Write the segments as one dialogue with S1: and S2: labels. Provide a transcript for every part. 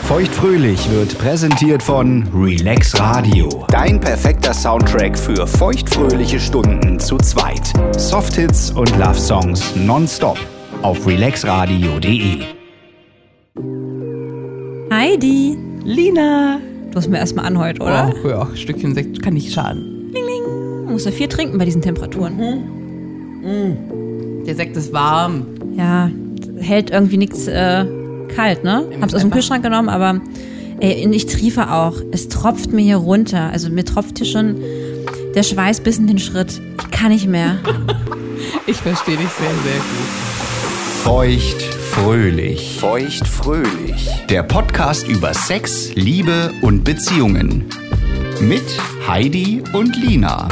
S1: Feuchtfröhlich wird präsentiert von Relax Radio. Dein perfekter Soundtrack für feuchtfröhliche Stunden zu zweit. Softhits und Love Songs nonstop auf relaxradio.de.
S2: Heidi,
S3: Lina.
S2: du hast mir erstmal an heute, oder?
S3: Oh, ja, ein Stückchen Sekt kann nicht schaden.
S2: Du musst ja viel trinken bei diesen Temperaturen.
S3: Mhm. Der Sekt ist warm.
S2: Ja, hält irgendwie nichts äh, kalt, ne? Hab's
S3: Wir müssen
S2: aus dem
S3: einfach-
S2: Kühlschrank genommen, aber ey, und ich triefe auch. Es tropft mir hier runter. Also mir tropft hier schon der Schweiß bis in den Schritt. Ich kann nicht mehr.
S3: Ich verstehe dich sehr, sehr gut.
S1: Feuchtfröhlich. Feuchtfröhlich. Der Podcast über Sex, Liebe und Beziehungen. Mit Heidi und Lina.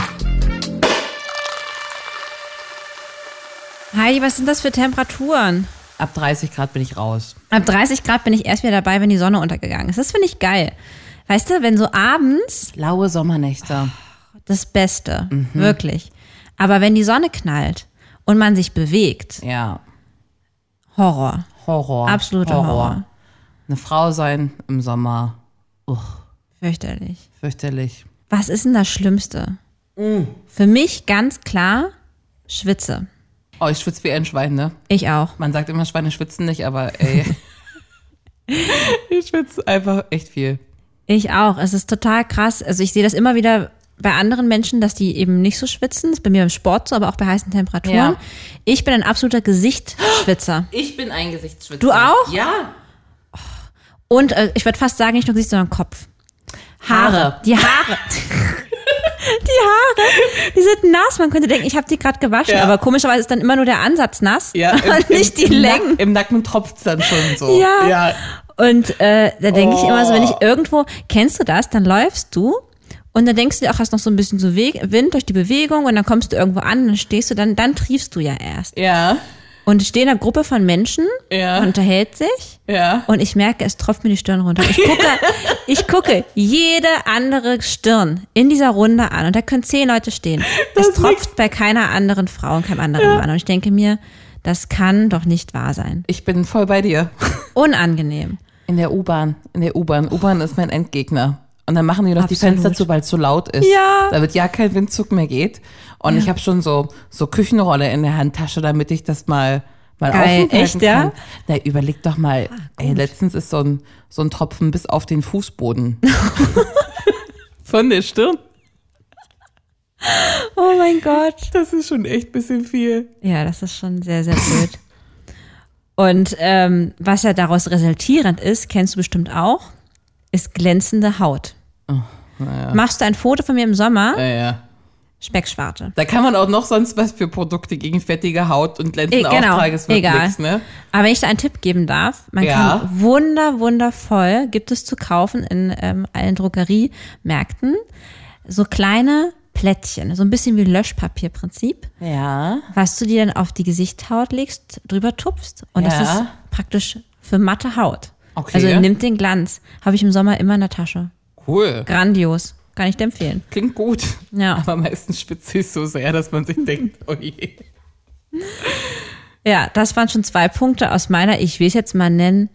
S2: Heidi, was sind das für Temperaturen?
S3: Ab 30 Grad bin ich raus.
S2: Ab 30 Grad bin ich erst wieder dabei, wenn die Sonne untergegangen ist. Das finde ich geil. Weißt du, wenn so abends
S3: Laue Sommernächte.
S2: das Beste,
S3: Mhm.
S2: wirklich. Aber wenn die Sonne knallt und man sich bewegt,
S3: Ja.
S2: Horror.
S3: Horror.
S2: Absoluter Horror.
S3: Eine Frau sein im Sommer. Uch,
S2: Fürchterlich.
S3: fürchterlich.
S2: Was ist denn das Schlimmste?
S3: Mm.
S2: Für mich ganz klar, schwitze.
S3: Oh, ich schwitze wie ein Schwein, ne?
S2: Ich auch.
S3: Man sagt immer, Schweine schwitzen nicht, aber ey. ich schwitze einfach echt viel.
S2: Ich auch. Es ist total krass. Also ich sehe das immer wieder bei anderen Menschen, dass die eben nicht so schwitzen. Das ist bei mir im Sport so, aber auch bei heißen Temperaturen.
S3: Ja.
S2: Ich bin ein absoluter Gesichtsschwitzer.
S3: Ich bin ein Gesichtsschwitzer.
S2: Du auch?
S3: Ja.
S2: Und äh, ich würde fast sagen, nicht nur Gesicht, sondern Kopf.
S3: Haare.
S2: Die Haare. die Haare, die sind nass. Man könnte denken, ich habe die gerade gewaschen.
S3: Ja.
S2: Aber komischerweise ist dann immer nur der Ansatz nass
S3: Ja.
S2: und nicht die
S3: im
S2: Längen.
S3: Nack- Im Nacken tropft es dann schon so.
S2: Ja. Und äh, da denke ich immer so, wenn ich irgendwo, kennst du das, dann läufst du und dann denkst du dir auch, hast noch so ein bisschen so Weg, Wind durch die Bewegung und dann kommst du irgendwo an und dann stehst du, dann, dann triefst du ja erst.
S3: Ja.
S2: Und ich stehe in einer Gruppe von Menschen,
S3: Ja.
S2: man unterhält sich
S3: Ja.
S2: und ich merke, es tropft mir die Stirn runter. Ich gucke, ich gucke jede andere Stirn in dieser Runde an und da können zehn Leute stehen. es tropft bei keiner anderen Frau und keinem anderen Mann. Und ich denke mir, das kann doch nicht wahr sein.
S3: Ich bin voll bei dir.
S2: Unangenehm.
S3: In der U-Bahn, in der U-Bahn. U-Bahn ist mein Endgegner. Und dann machen die noch
S2: Absolut.
S3: die Fenster zu, weil es so laut ist.
S2: Ja.
S3: Da wird ja kein Windzug mehr geht. Und ich habe schon so, so Küchenrolle in der Handtasche, damit ich das mal, mal
S2: Geil.
S3: offen halten
S2: Echt,
S3: kann.
S2: ja?
S3: Na, überleg doch mal. ey, letztens ist so ein, so ein Tropfen bis auf den Fußboden. Von der Stirn.
S2: Oh mein Gott.
S3: Das ist schon echt ein bisschen viel.
S2: Ja, das ist schon sehr, sehr blöd. Und ähm, was ja daraus resultierend ist, kennst du bestimmt auch, ist glänzende Haut. Machst du ein Foto von mir im Sommer?
S3: Oh, Ja, ja.
S2: Speckschwarte.
S3: Da kann man auch noch sonst was für Produkte gegen fettige Haut und glänzende
S2: E- genau.
S3: Auftrag. Es wird
S2: Egal.
S3: nix, ne?
S2: Aber wenn ich da einen Tipp geben darf, man
S3: Ja.
S2: kann wunder, wundervoll, gibt es zu kaufen in ähm, allen Drogeriemärkten, so kleine Plättchen, so ein bisschen wie Löschpapierprinzip.
S3: Ja.
S2: was du dir dann auf die Gesichtshaut legst, drüber tupfst. Und das
S3: Ja.
S2: ist praktisch für matte Haut.
S3: Okay.
S2: Also nimmt den Glanz. Habe ich im Sommer immer in der Tasche.
S3: Cool.
S2: Grandios. Kann ich dir empfehlen.
S3: Klingt gut.
S2: Ja.
S3: Aber meistens spitze ich so sehr, dass man sich denkt, oh je.
S2: Ja, das waren schon zwei Punkte aus meiner, ich will es jetzt mal nennen,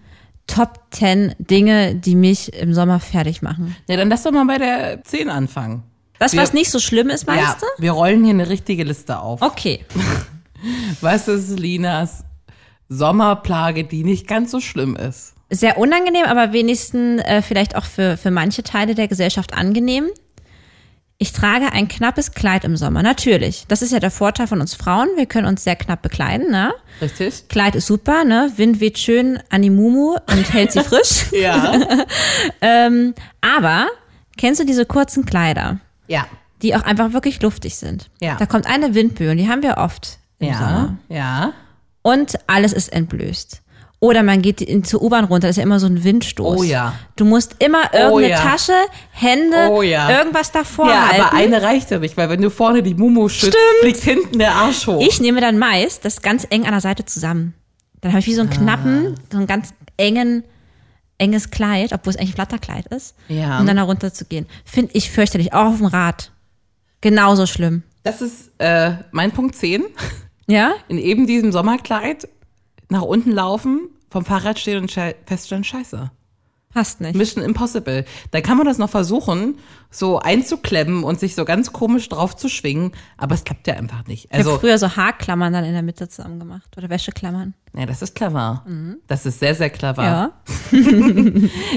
S2: Top 10 Dinge, die mich im Sommer fertig machen.
S3: Ja, dann lass doch mal bei der 10 anfangen.
S2: Das,
S3: Wir-
S2: was nicht so schlimm ist, meinst
S3: ja, wir rollen hier eine richtige Liste auf.
S2: du? Okay.
S3: Was ist Linas Sommerplage, die nicht ganz so schlimm ist?
S2: Sehr unangenehm, aber wenigstens äh, vielleicht auch für, für manche Teile der Gesellschaft angenehm. Ich trage ein knappes Kleid im Sommer, natürlich. Das ist ja der Vorteil von uns Frauen. Wir können uns sehr knapp bekleiden. Ne?
S3: Richtig?
S2: Kleid ist super, ne? Wind weht schön an die Mumu und hält sie frisch.
S3: Ja.
S2: Aber kennst du diese kurzen Kleider,
S3: ja.
S2: die auch einfach wirklich luftig sind?
S3: Ja.
S2: Da kommt eine Windböe und die haben wir oft im Sommer.
S3: Ja. Ja.
S2: und alles ist entblößt. Oder man geht in, zur U-Bahn runter, ist ja immer so ein Windstoß.
S3: Oh ja. Oh
S2: Du musst immer irgendeine
S3: ja.
S2: Tasche, Hände,
S3: Oh ja.
S2: irgendwas davor
S3: Ja, aber
S2: halten.
S3: eine reicht ja nicht, weil wenn du vorne die Mumu schützt, fliegt hinten der Arsch hoch.
S2: Ich nehme dann meist das ganz eng an der Seite zusammen. Dann habe ich wie
S3: Ah.
S2: so einen knappen, so einen ganz engen, enges Kleid, obwohl es eigentlich ein Flatterkleid ist,
S3: Ja.
S2: um dann da runter zu gehen. Finde ich fürchterlich, auch auf dem Rad. Genauso schlimm.
S3: Das ist äh, mein Punkt 10.
S2: Ja?
S3: In eben diesem Sommerkleid nach unten laufen, vom Fahrrad stehen und schei- feststellen, scheiße.
S2: Passt nicht.
S3: Mission Impossible. Da kann man das noch versuchen, so einzuklemmen und sich so ganz komisch drauf zu schwingen, aber es klappt ja einfach nicht.
S2: Ich
S3: Also,
S2: habe früher so Haarklammern dann in der Mitte zusammen gemacht oder Wäscheklammern.
S3: ja, das ist clever. Das ist sehr, sehr clever.
S2: Ja.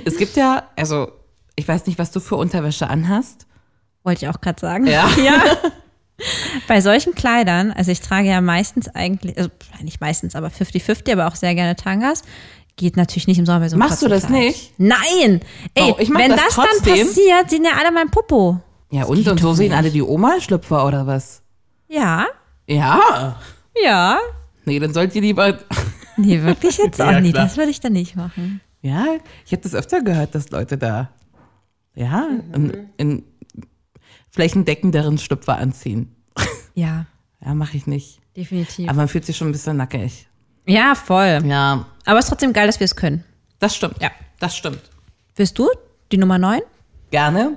S3: Es gibt ja, also, ich weiß nicht, was du für Unterwäsche anhast.
S2: Wollte ich auch gerade sagen.
S3: Ja.
S2: Bei solchen Kleidern, also ich trage ja meistens eigentlich, also nicht meistens, aber 50-50, aber auch sehr gerne Tangas. Geht natürlich nicht im Sommer bei so einem
S3: Machst du das
S2: Kotzenkleid.
S3: nicht?
S2: Nein! Ey,
S3: Doch, ich mach
S2: wenn
S3: das
S2: das, dann
S3: trotzdem.
S2: passiert, sind ja alle mein Popo.
S3: Ja, und, und so sehen alle die Oma-Schlüpfer oder was?
S2: Ja,
S3: Ja.
S2: ja.
S3: Nee, dann sollt ihr lieber.
S2: Nee, wirklich jetzt auch
S3: Ja,
S2: nicht.
S3: klar.
S2: Das würde ich dann nicht machen.
S3: Ja, ich habe das öfter gehört, dass Leute da. Ja, in, in flächendeckenderen Schlüpfer anziehen.
S2: Ja,
S3: Ja, mache ich nicht.
S2: definitiv.
S3: Aber man fühlt sich schon ein bisschen nackig.
S2: ja, voll.
S3: Ja,
S2: Aber es ist trotzdem geil, dass wir es können.
S3: das stimmt.
S2: Ja.
S3: das stimmt.
S2: Willst du die Nummer 9?
S3: Gerne.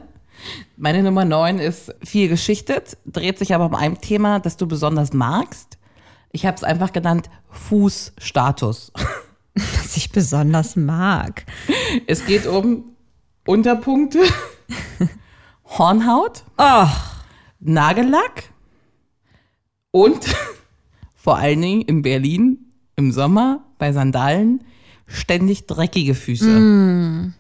S3: Meine Nummer 9 ist viel geschichtet, dreht sich aber um ein Thema, das du besonders magst. Ich habe es einfach genannt Fußstatus.
S2: Was ich besonders mag.
S3: Es geht um Unterpunkte, Hornhaut,
S2: Oh,
S3: Nagellack und vor allen Dingen in Berlin im Sommer bei Sandalen ständig dreckige Füße.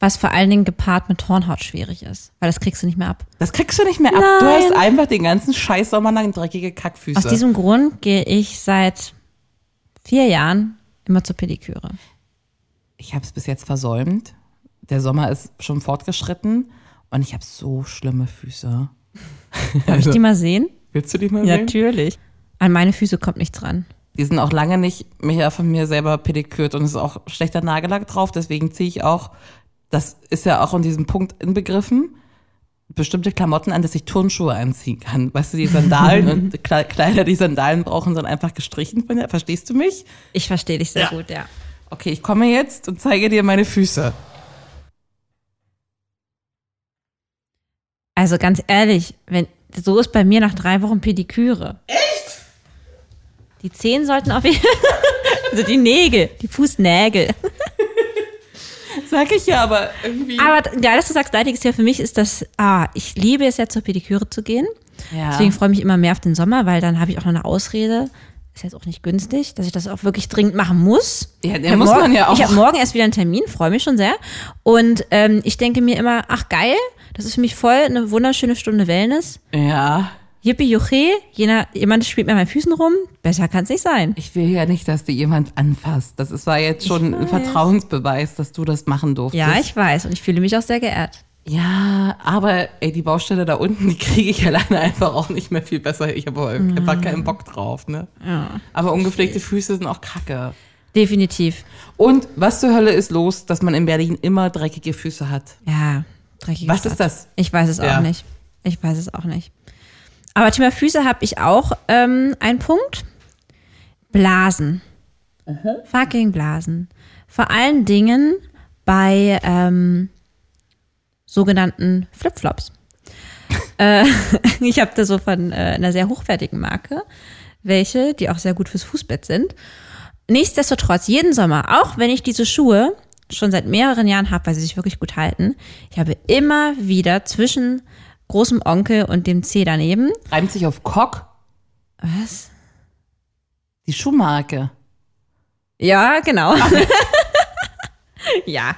S2: was vor allen Dingen gepaart mit Hornhaut schwierig ist, weil das kriegst du nicht mehr ab.
S3: Das kriegst du nicht mehr ab. Du
S2: Nein.
S3: hast einfach den ganzen Scheiß Sommer lang dreckige Kackfüße.
S2: Aus diesem Grund gehe ich seit vier Jahren immer zur Pediküre.
S3: ich habe es bis jetzt versäumt. Der Sommer ist schon fortgeschritten und ich habe so schlimme Füße.
S2: Darf
S3: Also-
S2: ich die mal sehen?
S3: Willst du die mal sehen?
S2: Natürlich. An meine Füße kommt nichts ran.
S3: Die sind auch lange nicht mehr von mir selber pedikürt und es ist auch schlechter Nagellack drauf. Deswegen ziehe ich auch, das ist ja auch in diesem Punkt inbegriffen, bestimmte Klamotten an, dass ich Turnschuhe anziehen kann. Weißt du, die Sandalen und Kle- Kleider, die Sandalen brauchen, sind einfach gestrichen von der. Verstehst du mich?
S2: Ich verstehe dich sehr
S3: Ja.
S2: gut, ja.
S3: Okay, ich komme jetzt und zeige dir meine Füße.
S2: Also ganz ehrlich, wenn so ist bei mir nach drei Wochen Pediküre. Echt? Die Zehen sollten auf jeden Also die Nägel, die Fußnägel.
S3: Sag ich ja, aber irgendwie.
S2: Aber ja, dass du sagst, Leidig ist ja für mich ist das, ah, ich liebe es ja zur Pediküre zu gehen.
S3: ja.
S2: Deswegen freue ich mich immer mehr auf den Sommer, weil dann habe ich auch noch eine Ausrede. Ist jetzt auch nicht günstig, dass ich das auch wirklich dringend machen muss.
S3: Ja, den
S2: Ich hab
S3: muss man
S2: morgen,
S3: ja auch.
S2: Ich habe morgen erst wieder einen Termin, freue mich schon sehr. Und ähm, ich denke mir immer, ach geil, das ist für mich voll eine wunderschöne Stunde Wellness.
S3: ja.
S2: Yippie Juche, jener, jemand spielt mir an meinen Füßen rum, besser kann's nicht sein.
S3: Ich will ja nicht, dass dir jemand anfasst. Das ist, war jetzt schon ein Vertrauensbeweis, dass du das machen durftest.
S2: Ja, ich weiß und ich fühle mich auch sehr geehrt.
S3: ja aber ey, die Baustelle da unten, die kriege ich alleine einfach auch nicht mehr viel besser. Ich habe einfach keinen Bock drauf. Ne?
S2: Mhm. Ja.
S3: Aber ungepflegte Füße sind auch kacke.
S2: Definitiv.
S3: Und was zur Hölle ist los, dass man in Berlin immer dreckige Füße hat?
S2: Ja, dreckige
S3: Was
S2: Stadt.
S3: ist das?
S2: Ich weiß es
S3: Ja.
S2: auch nicht. Ich weiß es auch nicht. Aber Thema Füße habe ich auch ähm, einen Punkt. Blasen. Fucking Blasen. Vor allen Dingen bei ähm, sogenannten Flipflops. äh, ich habe da so von äh, einer sehr hochwertigen Marke welche, die auch sehr gut fürs Fußbett sind. Nichtsdestotrotz, jeden Sommer, auch wenn ich diese Schuhe schon seit mehreren Jahren habe, weil sie sich wirklich gut halten, ich habe immer wieder zwischen großem Onkel und dem C daneben.
S3: Reimt sich auf Cock,
S2: Was?
S3: die Schuhmarke.
S2: Ja, genau. ja.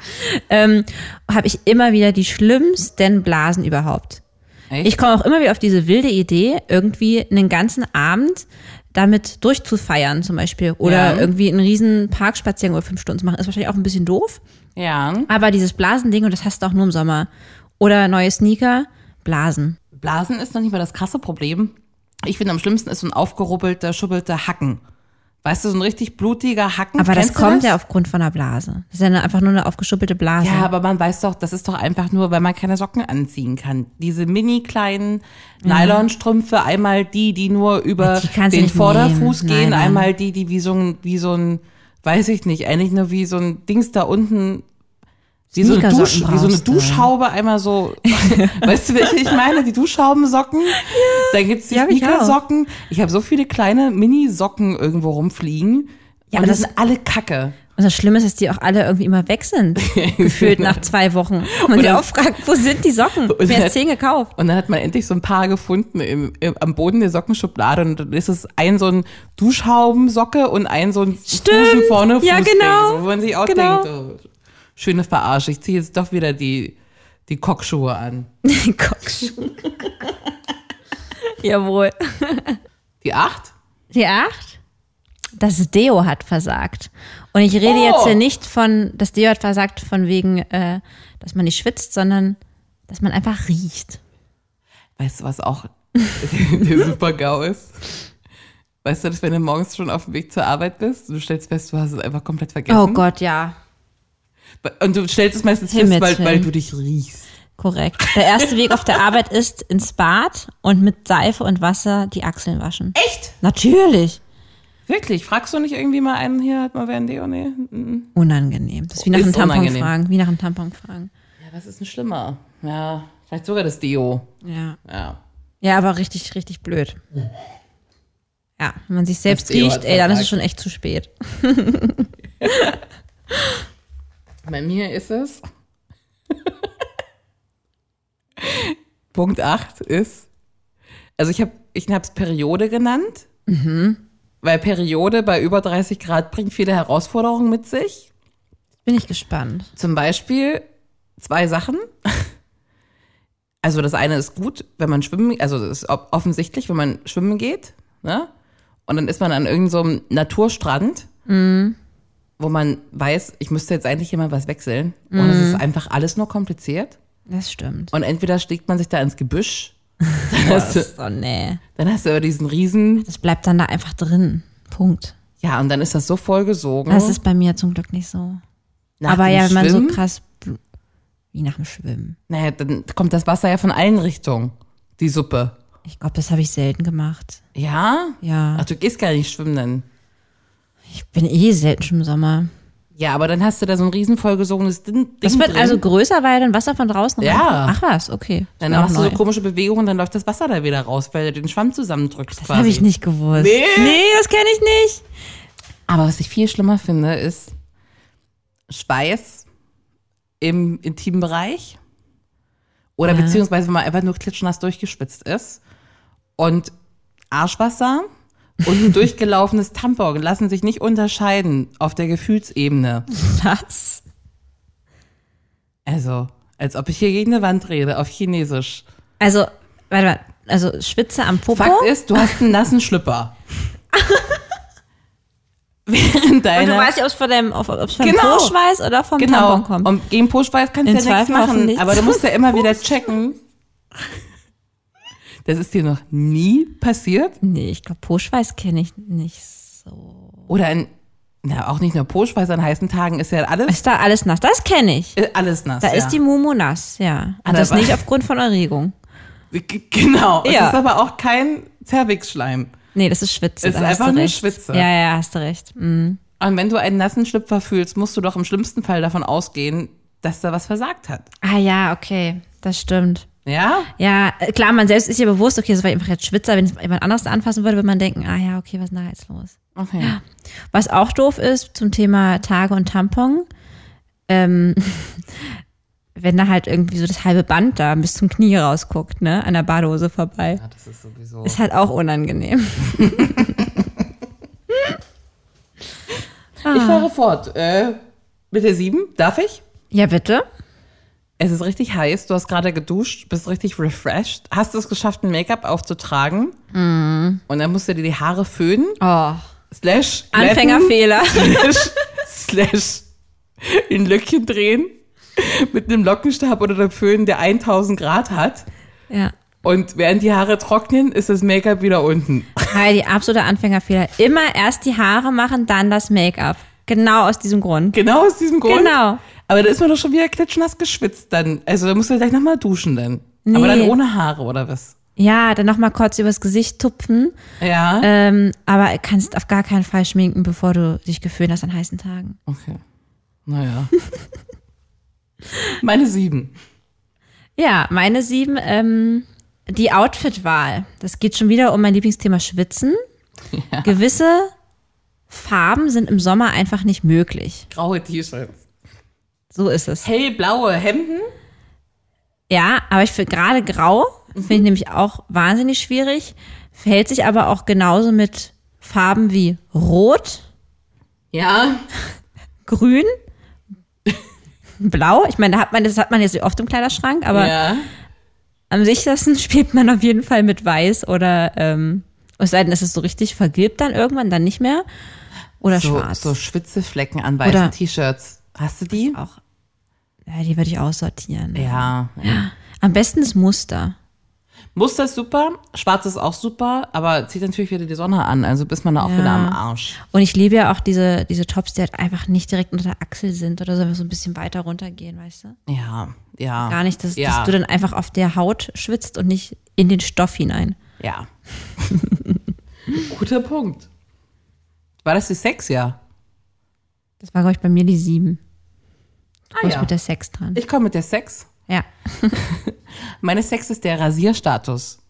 S2: Ähm, habe ich immer wieder die schlimmsten Blasen überhaupt.
S3: Echt?
S2: Ich komme auch immer wieder auf diese wilde Idee, irgendwie einen ganzen Abend damit durchzufeiern zum Beispiel. Oder
S3: Ja.
S2: irgendwie einen riesen Parkspaziergang über fünf Stunden zu machen. Ist wahrscheinlich auch ein bisschen doof.
S3: ja.
S2: Aber dieses Blasending, und das hast du auch nur im Sommer. Oder neue Sneaker, Blasen.
S3: Blasen ist noch nicht mal das krasse Problem. Ich finde, am schlimmsten ist so ein aufgeruppelte, schubbelte Hacken. Weißt du, so ein richtig blutiger Hacken.
S2: Aber das
S3: Kennst du
S2: kommt
S3: das?
S2: ja aufgrund von einer Blase. Das ist ja eine- einfach nur eine aufgeschuppelte Blase.
S3: Ja, aber man weiß doch, das ist doch einfach nur, weil man keine Socken anziehen kann. Diese mini kleinen Nylonstrümpfe, einmal die, die nur über
S2: Die kannst du
S3: den
S2: nicht
S3: Vorderfuß
S2: nehmen.
S3: gehen,
S2: Nein, nein.
S3: einmal die, die wie so ein, wie so ein, weiß ich nicht, eigentlich nur wie so ein Dings da unten. Wie so, eine
S2: Sneakersocken
S3: Dusch, wie so eine
S2: brauchst du.
S3: Duschhaube, einmal so, weißt du, welche ich meine? Die Duschhaubensocken. Dann gibt's die
S2: die hab ich auch.
S3: Sneakersocken. Ich habe so viele kleine Mini-Socken irgendwo rumfliegen.
S2: Ja, aber
S3: und das
S2: das-
S3: sind alle Kacke.
S2: Und das Schlimme ist, dass die auch alle irgendwie immer weg sind. gefühlt nach zwei Wochen. Und die auch fragt, wo sind die Socken?
S3: Oder-
S2: Wer hat zehn gekauft?
S3: Und dann hat man endlich so ein paar gefunden im, im, am Boden der Sockenschublade. Und dann ist es ein so ein Duschhaubensocke und ein so ein
S2: Stimmt.
S3: Fußen vorne
S2: Ja,
S3: Fußding,
S2: genau.
S3: so, wo man sich auch
S2: Genau.
S3: denkt, oh, schöne Verarsche. Ich ziehe jetzt doch wieder die, die Kockschuhe an.
S2: Kockschuhe. Jawohl.
S3: Die acht?
S2: Die acht? Das Deo hat versagt. Und ich rede
S3: Oh.
S2: jetzt hier nicht von, das Deo hat versagt von wegen, äh, dass man nicht schwitzt, sondern dass man einfach riecht.
S3: Weißt du, was auch der Super-GAU ist? Weißt du, dass wenn du morgens schon auf dem Weg zur Arbeit bist, du stellst fest, du hast es einfach komplett vergessen.
S2: Oh Gott, ja.
S3: Und du stellst es meistens fest, weil,
S2: Himmelswillen.
S3: weil du dich riechst.
S2: Korrekt. Der erste Weg auf der Arbeit ist ins Bad und mit Seife und Wasser die Achseln waschen.
S3: Echt?
S2: Natürlich.
S3: Wirklich? Fragst du nicht irgendwie mal einen hier, hat mal wer ein Deo? Nee. Mhm.
S2: Unangenehm. Das ist wie nach
S3: Ist
S2: einem Tampon
S3: unangenehm.
S2: fragen. Wie nach einem Tampon fragen.
S3: Ja, was ist denn schlimmer? Ja, vielleicht sogar das Deo.
S2: Ja.
S3: Ja.
S2: Ja, aber richtig, richtig blöd. Ja, wenn man sich selbst
S3: Deo hat
S2: riecht, ey, dann ist es
S3: versagt.
S2: schon echt zu spät.
S3: Bei mir ist es. Punkt 8 ist. Also ich habe ich hab's Periode genannt. Weil Periode bei über 30 Grad bringt viele Herausforderungen mit sich.
S2: Bin ich gespannt.
S3: Zum Beispiel zwei Sachen. Also das eine ist gut, wenn man schwimmen, also das ist ob- offensichtlich, wenn man schwimmen geht, ne? Und dann ist man an irgendeinem so einem Naturstrand,
S2: Mhm.
S3: wo man weiß, ich müsste jetzt eigentlich immer was wechseln. Und es
S2: Mhm.
S3: ist einfach alles nur kompliziert.
S2: Das stimmt.
S3: Und entweder schlägt man sich da ins Gebüsch, dann, hast, du,
S2: Oh nee.
S3: dann hast du aber diesen Riesen,
S2: Das bleibt dann da einfach drin. Punkt.
S3: ja, und dann ist das so vollgesogen.
S2: Das ist bei mir zum Glück nicht so.
S3: Nach
S2: Aber
S3: dem
S2: ja, wenn man so
S3: Schwimmen-
S2: krass bl- wie nach dem Schwimmen.
S3: Naja, dann kommt das Wasser ja von allen Richtungen, die Suppe.
S2: Ich glaube, das habe ich selten gemacht.
S3: Ja?
S2: Ja.
S3: Ach, du gehst gar nicht schwimmen dann.
S2: Also Ich bin eh selten schon im Sommer.
S3: Ja, aber dann hast du da so ein riesen vollgesogenes Ding.
S2: Das
S3: Ding
S2: wird
S3: drin.
S2: also größer, weil dann Wasser von draußen
S3: Ja.
S2: reinkommt. Ach was, okay. Das
S3: Dann
S2: war auch
S3: machst du so
S2: neu.
S3: komische Bewegungen, dann läuft das Wasser da wieder raus, weil du den Schwamm zusammendrückst.
S2: Das habe ich nicht gewusst.
S3: Nee.
S2: nee das kenne ich nicht.
S3: Aber was ich viel schlimmer finde, ist Schweiß im intimen Bereich. Oder
S2: Ja.
S3: beziehungsweise, wenn man einfach nur klitschnass durchgespitzt ist. Und Arschwasser und ein durchgelaufenes Tampon lassen sich nicht unterscheiden auf der Gefühlsebene.
S2: Was?
S3: Also, als ob ich hier gegen eine Wand rede, auf Chinesisch.
S2: Also, warte mal. Also, Schwitze am Popo.
S3: Fakt ist, du hast einen nassen Schlüpper. Während
S2: und du
S3: deiner.
S2: weißt ja, ob es von deinem, ob, ob's vom
S3: Genau.
S2: Po-Schweiß oder vom
S3: genau.
S2: Tampon kommt.
S3: Und gegen Pushbeiß kannst
S2: Im
S3: du ja nichts
S2: Zweifel
S3: machen.
S2: hoffentlich.
S3: Aber du musst ja immer wieder checken. Das ist dir noch nie passiert?
S2: Nee, ich glaube, Po-Schweiß kenne ich nicht so.
S3: Oder in, na, auch nicht nur Pushbeiß, an heißen Tagen ist ja alles,
S2: Ist da alles nass? Das kenne ich.
S3: äh, alles nass.
S2: Da
S3: ja.
S2: ist die Mumu nass, ja.
S3: Ah,
S2: Und das
S3: da war-
S2: nicht aufgrund von Erregung.
S3: G- Genau.
S2: Ja.
S3: Es ist aber auch kein Zervixschleim.
S2: Nee, das ist Schwitze.
S3: Es
S2: da
S3: ist
S2: hast
S3: einfach
S2: du
S3: nur
S2: recht.
S3: Schwitze.
S2: Ja, ja, hast du recht. Mhm.
S3: Und wenn du einen nassen Schlüpfer fühlst, musst du doch im schlimmsten Fall davon ausgehen, dass da was versagt hat.
S2: Ah ja, okay, das stimmt.
S3: Ja?
S2: Ja, äh, klar, man selbst ist ja bewusst, okay, das war einfach jetzt Schwitzer. Wenn es jemand anderes anfassen würde, würde man denken, ah ja, okay, was ist denn da jetzt los?
S3: Okay.
S2: Was auch doof ist zum Thema Tage und Tampon, ähm, wenn da halt irgendwie so das halbe Band da bis zum Knie rausguckt, ne, an der Badehose vorbei.
S3: Ja, das ist sowieso.
S2: Ist halt auch unangenehm.
S3: Ich
S2: Ah.
S3: fahre fort. Äh, mit der 7, darf ich?
S2: Ja, bitte?
S3: Es ist richtig heiß, du hast gerade geduscht, bist richtig refreshed, hast es geschafft, ein Make-up aufzutragen und dann musst du dir die Haare föhnen,
S2: Oh,
S3: slash glätten,
S2: Anfängerfehler.
S3: slash, slash in Löckchen drehen mit einem Lockenstab oder einem Föhn, der 1000 Grad hat
S2: ja.
S3: und während die Haare trocknen, ist das Make-up wieder unten.
S2: Heidi, absoluter Anfängerfehler. Immer erst die Haare machen, dann das Make-up. Genau aus diesem Grund.
S3: Genau aus diesem Grund.
S2: Genau.
S3: Aber da ist man doch schon wieder klitschnass geschwitzt dann. Also da musst du gleich nochmal duschen dann. Aber dann
S2: Nee.
S3: ohne Haare oder was?
S2: Ja, dann nochmal kurz übers Gesicht tupfen.
S3: Ja.
S2: Ähm, aber kannst auf gar keinen Fall schminken, bevor du dich geföhnt hast an heißen Tagen.
S3: Okay. Naja. Meine sieben.
S2: Ja, meine sieben, ähm, die Outfitwahl. Das geht schon wieder um mein Lieblingsthema Schwitzen. Gewisse Farben sind im Sommer einfach nicht möglich.
S3: Graue T-Shirts.
S2: So ist es.
S3: Hellblaue Hemden.
S2: Ja, aber ich finde gerade grau, finde ich nämlich auch wahnsinnig schwierig. Verhält sich aber auch genauso mit Farben wie Rot,
S3: Ja.
S2: Grün, Blau. Ich meine, da hat man, das hat man jetzt oft im Kleiderschrank, aber
S3: ja.
S2: am sichersten spielt man auf jeden Fall mit Weiß oder, ähm, es sei denn, es ist so richtig vergilbt dann irgendwann, dann nicht mehr. Oder
S3: So,
S2: schwarz.
S3: so Schwitzeflecken an weißen
S2: Oder-
S3: T-Shirts. Hast du die?
S2: Auch. Ja, die würde ich aussortieren.
S3: Ja.
S2: Am besten das Muster.
S3: Muster ist super, schwarz ist auch super, aber zieht natürlich wieder die Sonne an, also bist man da auch wieder am Arsch.
S2: Und ich liebe ja auch diese, diese Tops, die halt einfach nicht direkt unter der Achsel sind oder so, so ein bisschen weiter runtergehen, weißt du?
S3: Ja, ja.
S2: Gar nicht, dass,
S3: ja,
S2: dass du dann einfach auf der Haut schwitzt und nicht in den Stoff hinein.
S3: Ja. Guter Punkt. War das die Sex, ja?
S2: Das war, glaube ich, bei mir die sieben. Du
S3: Ah,
S2: kommst
S3: ja.
S2: mit der Sex dran.
S3: Ich komme mit der Sex.
S2: Ja.
S3: Meine Sex ist der Rasierstatus.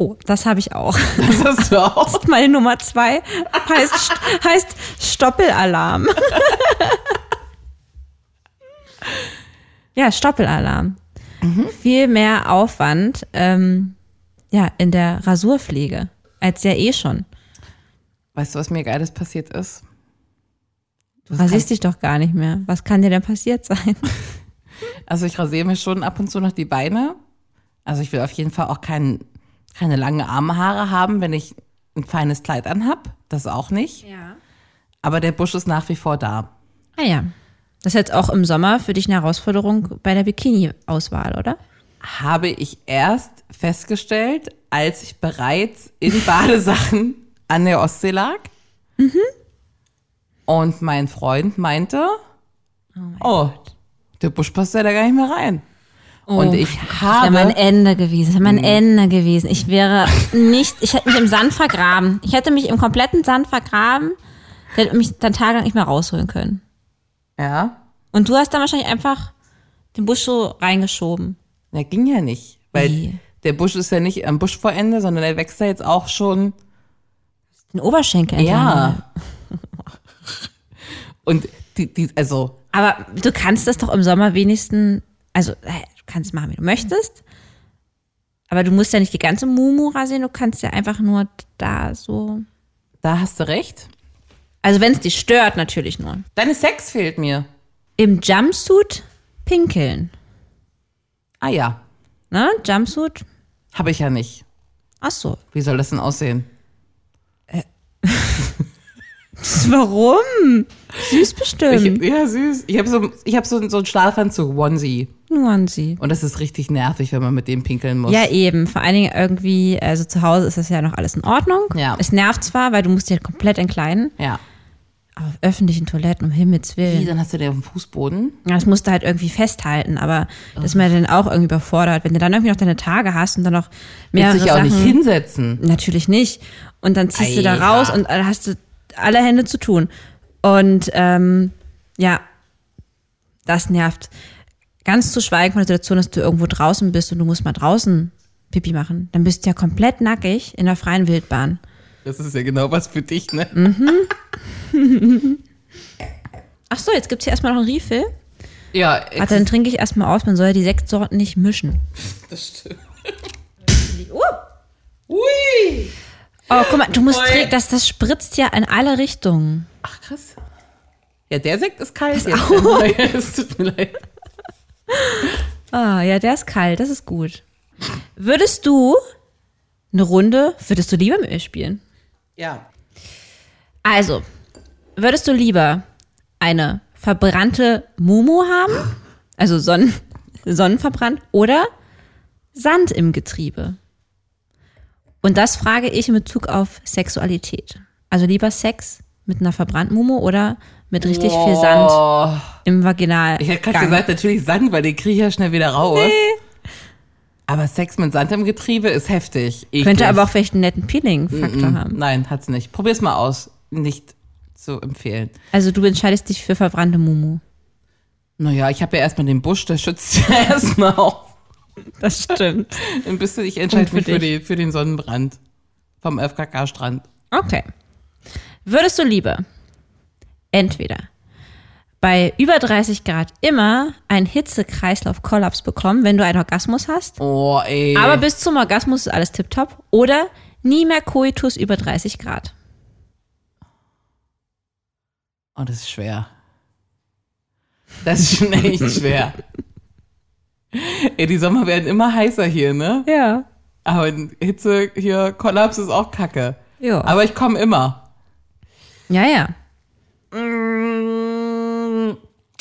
S2: Oh, das habe ich auch.
S3: Das hast du auch.
S2: Meine Nummer zwei heißt, st- heißt Stoppelalarm. ja, Stoppelalarm. Viel mehr Aufwand ähm, ja, in der Rasurpflege als ja eh schon.
S3: Weißt du, was mir geiles passiert ist?
S2: Du rasierst dich doch gar nicht mehr. Was kann dir denn passiert sein?
S3: Also ich rasiere mir schon ab und zu noch die Beine. Also ich will auf jeden Fall auch kein, keine langen Armhaare haben, wenn ich ein feines Kleid anhab. Das auch nicht.
S2: Ja.
S3: Aber der Busch ist nach wie vor da.
S2: Ah ja. Das ist jetzt auch im Sommer für dich eine Herausforderung bei der Bikini-Auswahl, oder?
S3: Habe ich erst festgestellt, als ich bereits in Badesachen an der Ostsee lag. Mhm. Und mein Freund meinte, oh, der Busch passt ja da gar nicht mehr rein. und ich
S2: Das wäre Oh,
S3: habe Hm.
S2: mein Ende gewesen. Das wäre mein Ende gewesen. Ich wäre nicht, ich hätte mich im Sand vergraben. Ich hätte mich im kompletten Sand vergraben. Ich hätte mich dann tagelang nicht mehr rausholen können.
S3: ja,
S2: Und du hast dann wahrscheinlich einfach den Busch so reingeschoben.
S3: Na, ging ja nicht. Weil
S2: Wie?
S3: der Busch ist ja nicht am Buschvorende, sondern er wächst ja jetzt auch schon.
S2: Den Oberschenkel entlang.
S3: Ja. Und die, die, also,
S2: Aber du kannst das doch im Sommer wenigstens, also äh, du kannst machen, wie du möchtest. Aber du musst ja nicht die ganze Mumu rasieren, du kannst ja einfach nur da so.
S3: da hast du recht.
S2: Also wenn es dich stört, natürlich nur.
S3: Deine Sex fehlt mir.
S2: Im Jumpsuit pinkeln.
S3: Ah ja,
S2: Ne? Jumpsuit.
S3: habe ich ja nicht.
S2: Ach so.
S3: Wie soll das denn aussehen?
S2: Warum? Süß bestimmt.
S3: Ich, ja, süß. Ich habe so, ich hab so, so einen Schlafanzug, Onesie.
S2: Nur an sie.
S3: Und das ist richtig nervig, wenn man mit dem pinkeln muss.
S2: Ja, eben. Vor allen Dingen irgendwie, also zu Hause ist das ja noch alles in Ordnung.
S3: Ja.
S2: Es nervt zwar, weil du musst dich halt komplett entkleiden,
S3: ja.
S2: aber auf öffentlichen Toiletten, um Himmels
S3: Wie,
S2: Willen.
S3: dann hast du den auf dem Fußboden?
S2: Das musst du halt irgendwie festhalten, aber das ist man ja dann auch irgendwie überfordert. Wenn du dann irgendwie noch deine Tage hast und dann noch
S3: Willst
S2: mehrere
S3: dich ja auch
S2: Sachen.
S3: nicht hinsetzen.
S2: Natürlich nicht. Und dann ziehst du da
S3: Ei, ja.
S2: raus und dann hast du alle Hände zu tun. Und ähm, ja, das nervt. Ganz zu schweigen von der Situation, dass du irgendwo draußen bist und du musst mal draußen Pipi machen. Dann bist du ja komplett nackig in der freien Wildbahn.
S3: Das ist ja genau was für dich, ne?
S2: Mhm. Ach so, jetzt gibt's hier erstmal noch einen Refill.
S3: Ja,
S2: Warte, dann trinke ich erstmal aus. Man soll ja die Sektsorten nicht mischen.
S3: das stimmt.
S2: Oh,
S3: Ui!
S2: oh guck mal, du musst
S3: Voll.
S2: trinken, das, das spritzt ja in alle Richtungen.
S3: Ach, krass. Ja, der Sekt ist kalt. Jetzt der neue. Es tut mir leid.
S2: Ah, ja, der ist kalt, das ist gut. Würdest du eine Runde, würdest du lieber mit mir spielen?
S3: Ja.
S2: Also, würdest du lieber eine verbrannte Mumu haben, also Sonnen, Sonnenverbrannt, oder Sand im Getriebe? Und das frage ich in Bezug auf Sexualität. Also lieber Sex mit einer verbrannten Mumu oder mit richtig viel Sand
S3: Oh.
S2: im Vaginal.
S3: Ich hätte gerade gesagt, natürlich Sand, weil den kriege ich ja schnell wieder raus. Aber Sex mit Sand im Getriebe ist heftig. Eklig.
S2: könnte aber auch vielleicht einen netten Peeling-Faktor
S3: Mhm.
S2: haben.
S3: Ähm, Nein, hat's nicht. Probier's mal aus. Nicht zu empfehlen.
S2: Also du entscheidest dich für verbrannte Mumu.
S3: Naja, ich habe ja erstmal den Busch, der schützt ja erstmal auch.
S2: Das stimmt.
S3: Ein bisschen, ich entscheide
S2: für
S3: mich für,
S2: dich.
S3: die, für den Sonnenbrand. Vom FKK-Strand.
S2: Okay. Würdest du lieber entweder bei über 30 Grad immer einen Hitzekreislauf-Kollaps bekommen, wenn du einen Orgasmus hast,
S3: Oh, ey.
S2: aber bis zum Orgasmus ist alles tipptopp, oder nie mehr Koitus über 30 Grad?
S3: oh, das ist schwer. Das ist schon echt schwer. Ey, die Sommer werden immer heißer hier, ne?
S2: Ja.
S3: Aber in Hitze hier, Kollaps ist auch kacke.
S2: Ja.
S3: Aber ich komme immer.
S2: Ja, ja.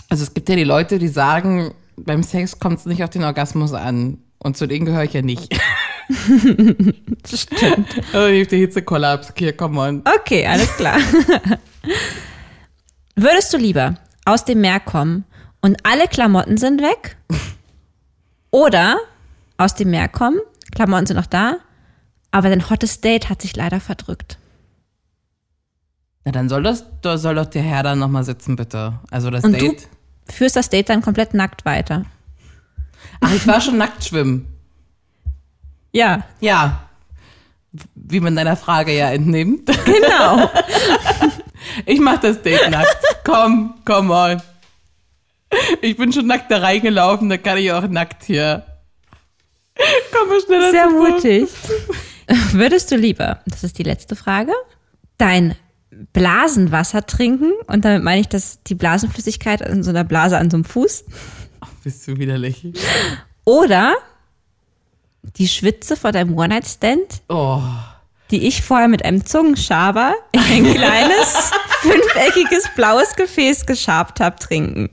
S3: Also es gibt ja die Leute, die sagen, beim Sex kommt es nicht auf den Orgasmus an. Und zu denen gehöre ich ja nicht.
S2: Stimmt.
S3: Aber die Hitzekollaps, hier, come on.
S2: Okay, alles klar. Würdest du lieber aus dem Meer kommen und alle Klamotten sind weg? Oder aus dem Meer kommen, Klamotten sind noch da, aber dein hottes Date hat sich leider verdrückt.
S3: Na, dann soll, das, da soll doch der Herr dann nochmal sitzen, bitte. Also das
S2: Und
S3: Date.
S2: du führst das Date dann komplett nackt weiter.
S3: Ach, ich war schon nackt schwimmen.
S2: Ja,
S3: Ja. Wie man deiner Frage ja entnimmt.
S2: genau.
S3: Ich mach das Date nackt. Komm, come on. Ich bin schon nackt da reingelaufen, da kann ich auch nackt hier. Komm mal schneller
S2: Sehr
S3: zurück.
S2: mutig. Würdest du lieber, das ist die letzte Frage, dein Blasenwasser trinken? Und damit meine ich, dass die Blasenflüssigkeit in so einer Blase an so einem Fuß.
S3: Bist du widerlich.
S2: Oder die Schwitze vor deinem One-Night-Stand,
S3: Oh.
S2: die ich vorher mit einem Zungenschaber in ein kleines, fünfeckiges, blaues Gefäß geschabt habe, trinken.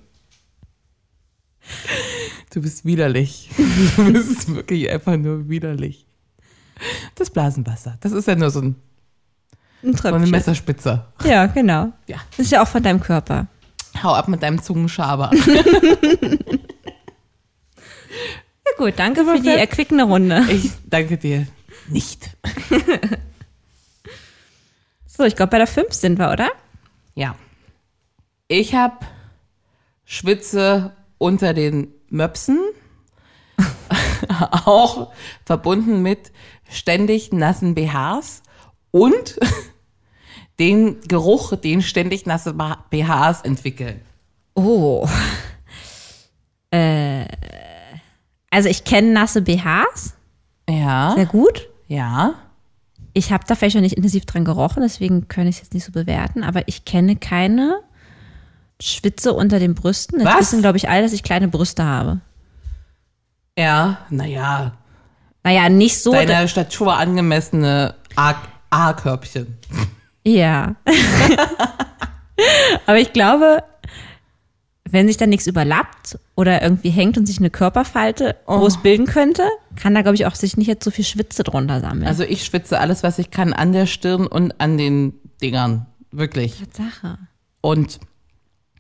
S3: Du bist widerlich. Du bist wirklich einfach nur widerlich. Das Blasenwasser, das ist ja nur so, ein,
S2: Ein
S3: so eine
S2: Tröpfchen.
S3: Messerspitze.
S2: Ja, genau.
S3: Ja.
S2: Das ist ja auch von deinem Körper.
S3: Hau ab mit deinem Zungenschaber.
S2: Ja gut, danke für die erquickende Runde.
S3: Ich danke dir nicht.
S2: So, ich glaube, bei der 5 sind wir, oder?
S3: Ja. Ich habe Schwitze unter den Möpsen. auch verbunden mit ständig nassen BHs und den Geruch, den ständig nasse BHs entwickeln.
S2: Oh. Äh, also ich kenne nasse BHs,
S3: Ja,
S2: sehr gut.
S3: ja.
S2: Ich habe da vielleicht noch nicht intensiv dran gerochen, deswegen kann ich es jetzt nicht so bewerten, aber ich kenne keine Schwitze unter den Brüsten. Jetzt
S3: Was?
S2: wissen, glaube ich, alle, dass ich kleine Brüste habe.
S3: Ja, naja,
S2: Naja, nicht so. da-
S3: deiner Statur angemessene A- A-Körbchen.
S2: Ja. aber ich glaube, wenn sich da nichts überlappt oder irgendwie hängt und sich eine Körperfalte
S3: Oh.
S2: groß bilden könnte, kann da, glaube ich, auch sich nicht jetzt so viel Schwitze drunter sammeln.
S3: Also ich schwitze alles, was ich kann, an der Stirn und an den Dingern. Wirklich.
S2: Tatsache.
S3: Und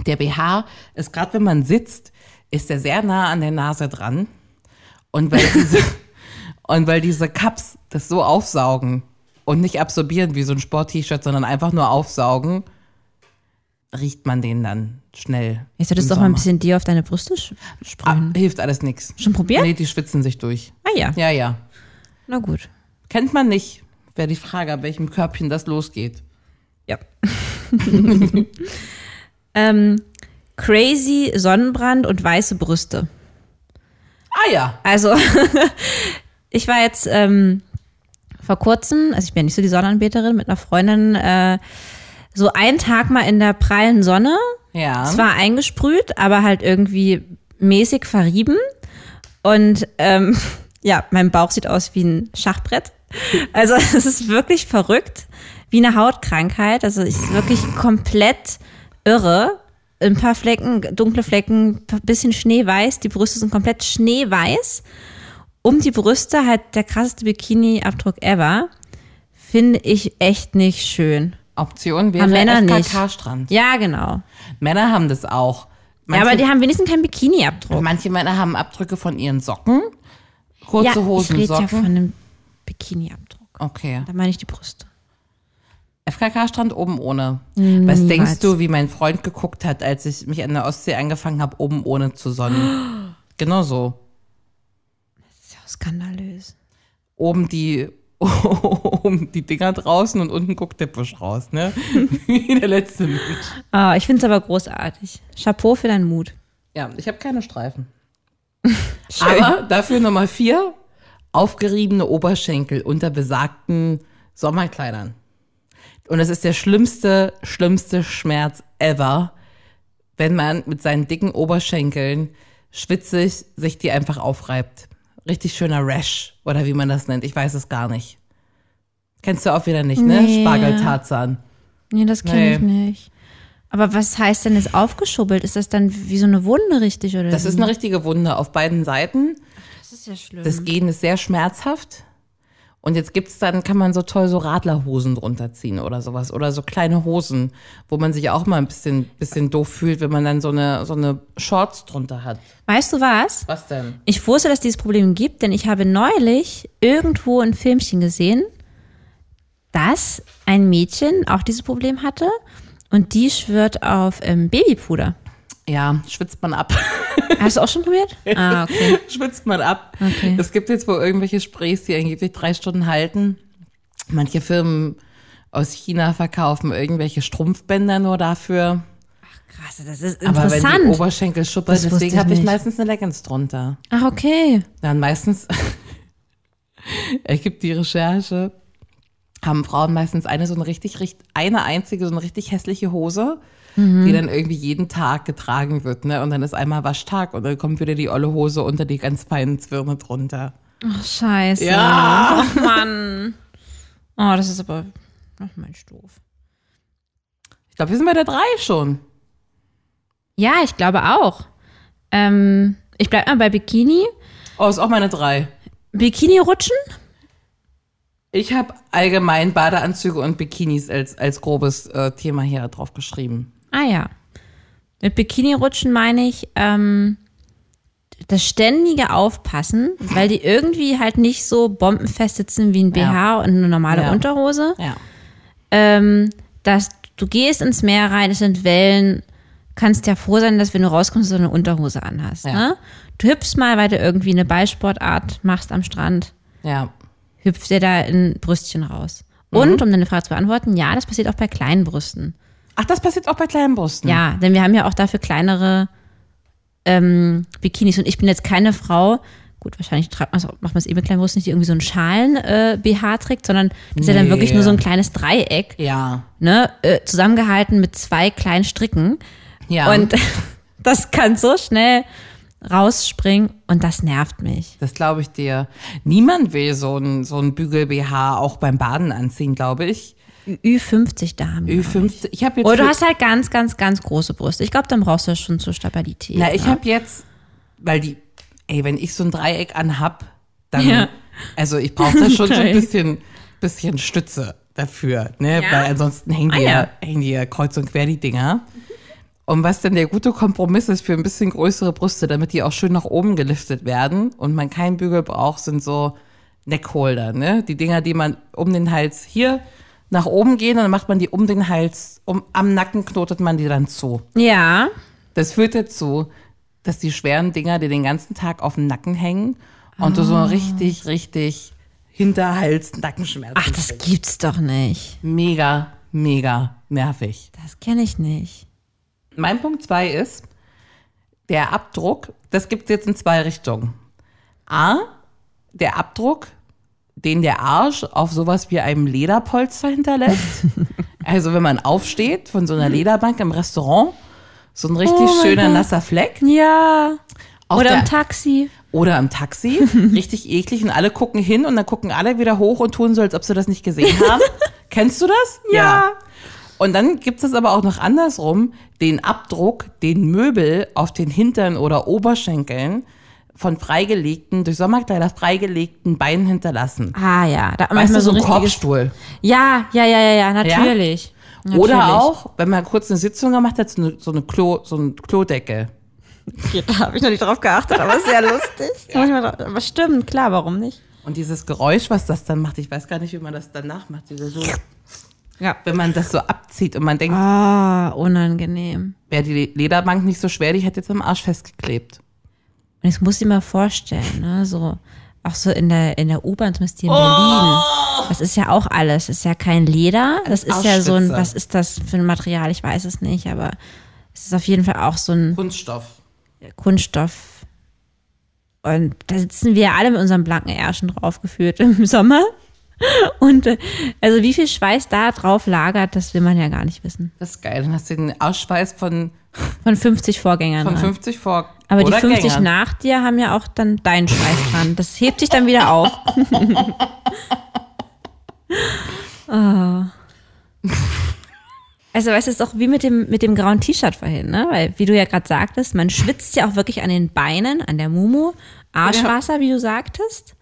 S3: der BH ist gerade, wenn man sitzt, ist er sehr nah an der Nase dran. Und weil diese, und weil diese Cups das so aufsaugen und nicht absorbieren wie so ein Sport-T-Shirt, sondern einfach nur aufsaugen, riecht man den dann schnell.
S2: Jetzt solltest du
S3: im
S2: doch mal ein
S3: Sommer.
S2: bisschen Deo auf deine Brüste sch-
S3: Ah,
S2: sprühen.
S3: hilft alles nichts.
S2: Schon probiert?
S3: Nee, die schwitzen sich durch.
S2: Ah ja.
S3: Ja, ja.
S2: Na gut.
S3: Kennt man nicht. Wäre die Frage, ab welchem Körbchen das losgeht.
S2: Ja. ähm, crazy Sonnenbrand und weiße Brüste.
S3: Ah ja.
S2: Also, ich war jetzt ähm, vor kurzem, also ich bin ja nicht so die Sonnenanbeterin, mit einer Freundin äh, so einen Tag mal in der prallen Sonne
S3: Ja.
S2: Zwar eingesprüht, aber halt irgendwie mäßig verrieben. Und ähm, ja, mein Bauch sieht aus wie ein Schachbrett. Also es ist wirklich verrückt, wie eine Hautkrankheit. Also ich wirklich komplett irre. Ein paar Flecken, dunkle Flecken, ein bisschen schneeweiß. Die Brüste sind komplett schneeweiß. Um die Brüste halt der krasseste Bikini-Abdruck ever. Finde ich echt nicht schön.
S3: Option
S2: Haben Männer
S3: wäre
S2: nicht.
S3: FKK-Strand.
S2: Ja, genau.
S3: Männer haben das auch.
S2: Ja,
S3: Manche,
S2: aber die haben wenigstens keinen Bikini-Abdruck.
S3: manche Männer haben Abdrücke von ihren Socken. Kurze
S2: Ich
S3: Hosen,
S2: rede ja von
S3: Socken.
S2: einem Bikini-Abdruck.
S3: okay.
S2: Da meine ich die Brüste.
S3: FKK-Strand oben ohne. Was denkst du, wie mein Freund geguckt hat, als ich mich an der Ostsee angefangen habe, oben ohne zu sonnen? genau so.
S2: Das ist ja auch skandalös.
S3: Oben die oben die Dinger draußen und unten guckt der Busch raus, ne? Wie der letzte Mensch.
S2: Ah, ich finde es aber großartig. Chapeau für deinen Mut.
S3: Ja, ich habe keine Streifen.
S2: Schön.
S3: Aber dafür Nummer vier, aufgeriebene Oberschenkel unter besagten Sommerkleidern. Und das ist der schlimmste, schlimmste Schmerz ever, wenn man mit seinen dicken Oberschenkeln schwitzig sich die einfach aufreibt. Richtig schöner Rash oder wie man das nennt. Ich weiß es gar nicht. Kennst du auch wieder nicht, ne?
S2: Nee.
S3: Spargel-Tarzan.
S2: nee, das kenne ich
S3: Nee.
S2: nicht. Aber was heißt denn jetzt aufgeschubbelt? Ist das dann wie so eine Wunde richtig oder
S3: Das
S2: wie?
S3: ist eine richtige Wunde auf beiden Seiten.
S2: Das ist ja schlimm.
S3: Das Gehen ist sehr schmerzhaft. Und jetzt gibt's dann, kann man so toll so Radlerhosen drunter ziehen oder sowas. Oder so kleine Hosen, wo man sich auch mal ein bisschen, bisschen doof fühlt, wenn man dann so eine, so eine Shorts drunter hat.
S2: weißt du was?
S3: Was denn?
S2: Ich wusste, dass dieses Problem gibt, denn ich habe neulich irgendwo ein Filmchen gesehen, dass ein Mädchen auch dieses Problem hatte und die schwört auf ähm, Babypuder.
S3: Ja, schwitzt man ab.
S2: Hast du auch schon probiert? Ah, okay.
S3: schwitzt man ab.
S2: Okay.
S3: Es gibt jetzt wohl irgendwelche Sprays, die angeblich drei Stunden halten. Manche Firmen aus China verkaufen irgendwelche Strumpfbänder nur dafür.
S2: Krass, das ist
S3: Aber wenn die
S2: interessant.
S3: Oberschenkel schuppern,
S2: Das wusste
S3: deswegen
S2: ich
S3: habe ich
S2: nicht.
S3: meistens eine Leggings drunter.
S2: Ach, okay.
S3: Dann meistens ergibt die Recherche, haben Frauen meistens eine so eine richtig, richt- eine einzige, so eine richtig hässliche Hose,
S2: Mhm.
S3: die dann irgendwie jeden Tag getragen wird, ne? Und dann ist einmal Waschtag und dann kommt wieder die olle Hose unter die ganz feinen Zwirne drunter.
S2: Ach, scheiße.
S3: Ja.
S2: Ach, Mann. Oh, das ist aber. Ach, Mensch, doof.
S3: Ich glaube, wir sind bei der drei schon.
S2: Ja, ich glaube auch. Ähm, ich bleib mal bei Bikini.
S3: Oh, ist auch meine drei.
S2: Bikini rutschen?
S3: Ich habe allgemein Badeanzüge und Bikinis als, als grobes äh, Thema hier drauf geschrieben.
S2: Ah ja. Mit Bikini rutschen meine ich ähm, das ständige Aufpassen, weil die irgendwie halt nicht so bombenfest sitzen wie ein BH und eine normale
S3: Ja.
S2: Unterhose.
S3: Ja.
S2: ähm, dass du gehst ins Meer rein, es sind Wellen, kannst ja froh sein, dass wenn du rauskommst, du so eine Unterhose anhast.
S3: Ja.
S2: Ne? Du hüpfst mal, weil du irgendwie eine Ballsportart machst am Strand,
S3: Ja.
S2: hüpft dir da ein Brüstchen raus.
S3: Mhm.
S2: Und, um deine Frage zu beantworten, ja, das passiert auch bei kleinen Brüsten.
S3: Ach, das passiert auch bei kleinen Brüsten.
S2: Ja, denn wir haben ja auch dafür kleinere ähm, Bikinis. Und ich bin jetzt keine Frau, gut, wahrscheinlich tragt man's, auch- macht man es eben mit kleinen Brüsten nicht, die irgendwie so einen Schalen-BH trägt, sondern das ist ja dann
S3: Nee.
S2: wirklich nur so ein kleines Dreieck
S3: Ja.
S2: ne, äh, zusammengehalten mit zwei kleinen Stricken.
S3: Ja.
S2: Und das kann so schnell rausspringen und das nervt mich.
S3: Das glaube ich dir. Niemand will so ein, so ein Bügel-BH auch beim Baden anziehen, glaube ich.
S2: Ü- Ü50 Damen.
S3: Ü50. Ich habe jetzt.
S2: Oder du
S3: für-
S2: hast halt ganz, ganz, ganz große Brüste. Ich glaube, dann brauchst du das schon zur Stabilität.
S3: na, ich
S2: ne?
S3: habe jetzt, weil die, ey, wenn ich so ein Dreieck anhab, dann,
S2: Ja.
S3: also ich brauche da schon so ein
S2: Dreieck.
S3: bisschen, bisschen Stütze dafür, ne?
S2: Ja.
S3: Weil ansonsten hängen die,
S2: Ah,
S3: ja.
S2: ja.
S3: hängen die ja kreuz und quer die Dinger. Und was denn der gute Kompromiss ist für ein bisschen größere Brüste, damit die auch schön nach oben geliftet werden und man keinen Bügel braucht, sind so Neckholder, ne? Die Dinger, die man um den Hals hier nach oben gehen und dann macht man die um den Hals, um, am Nacken knotet man die dann zu.
S2: Ja.
S3: Das führt dazu, dass die schweren Dinger dir den ganzen Tag auf den Nacken hängen und du so
S2: Ah.
S3: richtig, richtig Hinterhals, Nackenschmerzen.
S2: Ach, das gibt's doch nicht.
S3: mega, mega nervig.
S2: Das kenne ich nicht.
S3: Mein Punkt zwei ist, der Abdruck, das gibt's jetzt in zwei Richtungen. A, der Abdruck, den der Arsch auf sowas wie einem Lederpolster hinterlässt. also wenn man aufsteht von so einer Lederbank im Restaurant, so ein richtig
S2: Mhm. Oh mein
S3: schöner
S2: Gott.
S3: nasser Fleck.
S2: Ja.
S3: Auch
S2: Oder
S3: der-
S2: im Taxi.
S3: Oder im Taxi, richtig eklig und alle gucken hin und dann gucken alle wieder hoch und tun so, als ob sie das nicht gesehen haben. Kennst du das?
S2: Ja.
S3: Und dann gibt es aber auch noch andersrum, den Abdruck, den Möbel auf den Hintern oder Oberschenkeln von freigelegten, durch Sommerkleider freigelegten Beinen hinterlassen.
S2: Ah ja, da
S3: Weißt
S2: manchmal
S3: du, so ein
S2: richtiges-
S3: Korbstuhl.
S2: Ja, ja, ja, ja, ja, natürlich. Natürlich.
S3: Oder auch, wenn man kurz eine Sitzung gemacht hat, so eine, so eine, Klo, so eine Klodecke.
S2: Da habe ich noch nicht drauf geachtet, aber ist sehr lustig. aber stimmt, klar, warum nicht?
S3: Und dieses Geräusch, was das dann macht, ich weiß gar nicht, wie man das danach macht. Diese so,
S2: Ja.
S3: wenn man das so abzieht und man denkt,
S2: Ah, unangenehm.
S3: wäre die Lederbank nicht so schwer, die hätte jetzt am Arsch festgeklebt.
S2: Und ich muss dir mal vorstellen, ne, so auch so in der, in der U-Bahn, zumindest hier in Berlin. Das ist ja auch alles. Das ist ja kein Leder. Das ist ja so ein,
S3: Ausschwitzer.
S2: was ist das für ein Material? Ich weiß es nicht, aber es ist auf jeden Fall auch so ein
S3: Kunststoff.
S2: Kunststoff. Und da sitzen wir alle mit unseren blanken Ärschen drauf geführt im Sommer. Und äh, also wie viel Schweiß da drauf lagert, das will man ja gar nicht wissen.
S3: Das ist geil. Dann hast du den Ausschweiß von,
S2: Von 50 Vorgängern. halt.
S3: von
S2: dran.
S3: 50 vor.
S2: Aber
S3: oder
S2: die 50
S3: Gängern.
S2: nach dir haben ja auch dann deinen Schweiß dran. Das hebt sich dann wieder auf. Ah. Also weißt du, es ist auch wie mit dem, mit dem grauen T-Shirt vorhin, ne? Weil, wie du ja gerade sagtest, man schwitzt ja auch wirklich an den Beinen, an der Mumu, Arschwasser, wie du sagtest.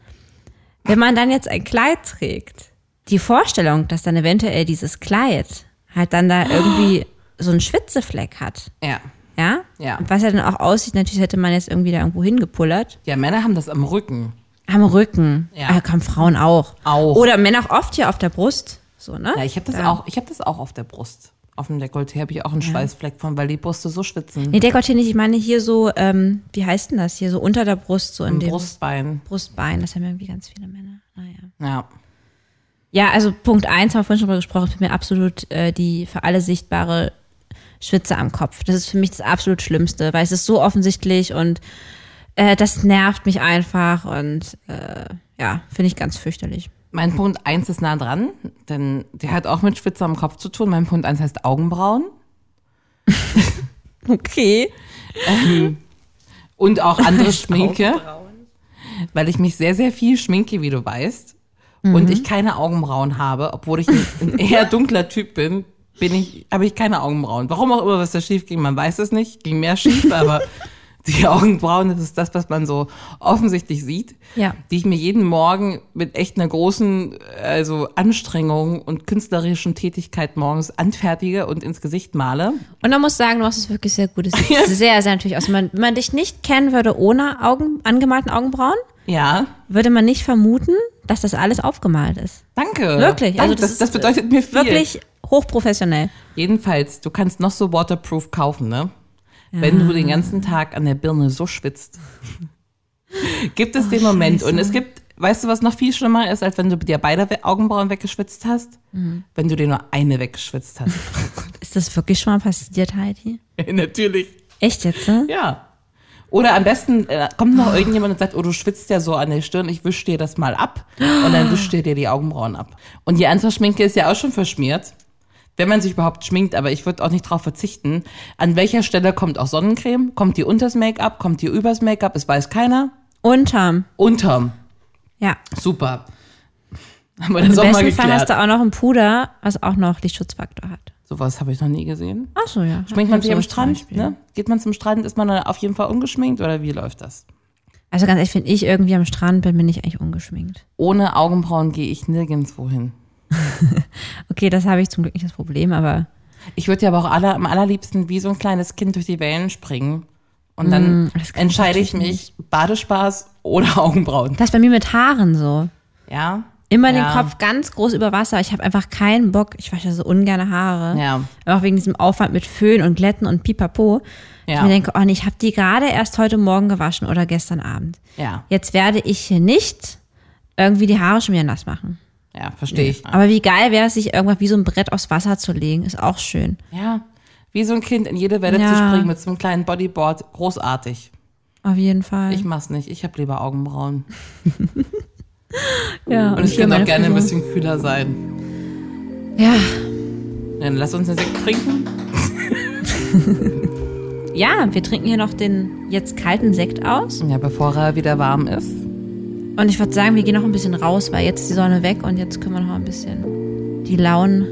S2: Wenn man dann jetzt ein Kleid trägt, die Vorstellung, dass dann eventuell dieses Kleid halt dann da irgendwie so einen Schwitzefleck hat,
S3: Ja.
S2: ja?
S3: Ja.
S2: Und was ja dann auch aussieht, natürlich hätte man jetzt irgendwie da irgendwo hingepullert.
S3: Ja, Männer haben das am Rücken.
S2: Am Rücken.
S3: Ja.
S2: Ah, komm, Frauen auch.
S3: Auch.
S2: Oder Männer auch oft hier auf der Brust. So, ne?
S3: Ja, ich habe das
S2: Da-
S3: auch, ich habe das auch auf der Brust. Auf dem Dekolleté habe ich auch einen Schweißfleck von, weil die Brüste so schwitzen.
S2: Nee, Dekolleté nicht. Ich meine hier so, ähm, wie heißt denn das? Hier so unter der Brust, so in
S3: Im
S2: dem
S3: Brustbein.
S2: Brustbein. Das haben irgendwie ganz viele Männer. Naja.
S3: Ja.
S2: Ja, also Punkt eins haben wir vorhin schon drüber gesprochen, ist bei mir absolut äh, die für alle sichtbare Schwitze am Kopf. Das ist für mich das absolut Schlimmste, weil es ist so offensichtlich und äh, das nervt mich einfach und äh, ja, finde ich ganz fürchterlich.
S3: Mein Punkt 1 ist nah dran, denn der hat auch mit Schwitze am Kopf zu tun. Mein Punkt 1 heißt Augenbrauen
S2: Okay.
S3: und auch andere Schminke, weil ich mich sehr, sehr viel schminke, wie du weißt. Und
S2: Mhm.
S3: ich keine Augenbrauen habe, obwohl ich ein, ein eher dunkler Typ bin, bin ich, habe ich keine Augenbrauen. Warum auch immer, was da schief ging, man weiß es nicht. Ging mehr schief, aber die Augenbrauen, das ist das, was man so offensichtlich sieht.
S2: Ja.
S3: die ich mir jeden Morgen mit echt einer großen also Anstrengung und künstlerischen Tätigkeit morgens anfertige und ins Gesicht male.
S2: Und man muss sagen, du machst es wirklich sehr gut. Es sieht sehr, sehr natürlich aus. Wenn man, wenn man dich nicht kennen würde ohne Augen, angemalten Augenbrauen,
S3: Ja,
S2: würde man nicht vermuten, dass das alles aufgemalt ist.
S3: danke.
S2: Wirklich.
S3: Danke.
S2: Also das
S3: das, das,
S2: ist,
S3: bedeutet mir viel.
S2: Wirklich hochprofessionell.
S3: Jedenfalls, du kannst noch so waterproof kaufen, ne? Wenn du den ganzen Tag an der Birne so schwitzt. gibt es den Moment. Und es gibt, weißt du, was noch viel schlimmer ist, als wenn du dir beide Augenbrauen weggeschwitzt hast? Wenn du dir nur eine weggeschwitzt hast.
S2: Ist das wirklich schon mal passiert, Heidi?
S3: Natürlich.
S2: Echt jetzt, ne?
S3: Ja. Oder am besten äh, kommt noch irgendjemand und sagt, oh, du schwitzt ja so an der Stirn, ich wisch dir das mal ab. Und dann wischt ihr dir die Augenbrauen ab. Und die andere Schminke ist ja auch schon verschmiert. Wenn man sich überhaupt schminkt, aber ich würde auch nicht drauf verzichten. An welcher Stelle kommt auch Sonnencreme? Kommt die unters Make-up? Kommt die übers Make-up? Es weiß keiner.
S2: Unterm.
S3: Unterm.
S2: Ja.
S3: Super. Haben wir das
S2: Im
S3: auch mal
S2: besten Fall hast
S3: geklärt.
S2: du auch noch ein Puder, was auch noch Lichtschutzfaktor hat.
S3: Sowas habe ich noch nie gesehen.
S2: Ach so, ja.
S3: Schminkt man sich
S2: So
S3: Ah, am
S2: zum
S3: Strand?
S2: Beispiel.
S3: Ne? Geht man zum Strand? Ist man dann auf jeden Fall ungeschminkt oder wie läuft das?
S2: Also ganz ehrlich, wenn ich irgendwie am Strand bin, bin ich eigentlich ungeschminkt.
S3: ohne Augenbrauen gehe ich nirgendwo hin.
S2: Okay, das habe ich zum Glück nicht das Problem, aber
S3: Ich würde ja aber auch aller, am allerliebsten wie so ein kleines Kind durch die Wellen springen. Und dann
S2: Mm, das kann ich
S3: entscheide ich mich, Badespaß oder Augenbrauen.
S2: das ist bei mir mit Haaren so.
S3: Ja?
S2: Immer
S3: Ja.
S2: den Kopf ganz groß über Wasser. Ich habe einfach keinen Bock. Ich wasche so ungerne Haare.
S3: Ja.
S2: Aber auch wegen diesem Aufwand mit Föhn und Glätten und Pipapo.
S3: Ja.
S2: Ich mir denke, oh nee, ich habe die gerade erst heute Morgen gewaschen oder gestern Abend.
S3: Ja,
S2: Jetzt werde ich hier nicht irgendwie die Haare schon wieder nass machen.
S3: ja, verstehe ich.
S2: Aber wie geil wäre es, sich irgendwann wie so ein Brett aufs Wasser zu legen. Ist auch schön.
S3: Ja, wie so ein Kind in jede Welle zu
S2: Ja.
S3: springen mit so einem kleinen Bodyboard, großartig.
S2: Auf jeden Fall.
S3: Ich mach's nicht, ich habe lieber Augenbrauen.
S2: ja,
S3: Und ich
S2: will
S3: kann auch
S2: meine
S3: gerne ein
S2: Frisur.
S3: bisschen kühler sein.
S2: Ja.
S3: Dann lass uns einen Sekt trinken.
S2: ja, wir trinken hier noch den jetzt kalten Sekt aus.
S3: Ja, bevor er wieder warm ist.
S2: Und ich würde sagen, wir gehen noch ein bisschen raus, weil jetzt ist die Sonne weg und jetzt können wir noch ein bisschen die lauen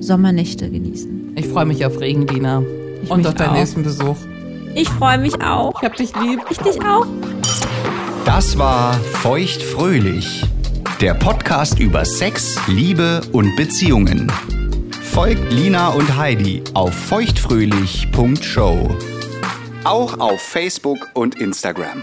S2: Sommernächte genießen.
S3: Ich freue mich auf Regen, Dina.
S2: Ich
S3: Und
S2: mich
S3: auf deinen
S2: auch.
S3: nächsten Besuch.
S2: Ich freue mich auch.
S3: Ich hab dich lieb.
S2: Ich dich auch.
S1: Das war Feuchtfröhlich, der Podcast über Sex, Liebe und Beziehungen. Folgt Lina und Heidi auf feuchtfröhlich.show. Auch auf Facebook und Instagram.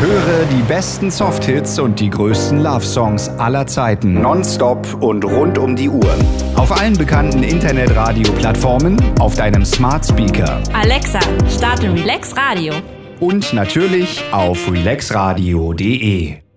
S1: Höre die besten Softhits und die größten Love Songs aller Zeiten nonstop und rund um die Uhr auf allen bekannten Internetradio-Plattformen, auf deinem Smart Speaker
S2: Alexa, starte Relax Radio.
S1: und natürlich auf relaxradio.de.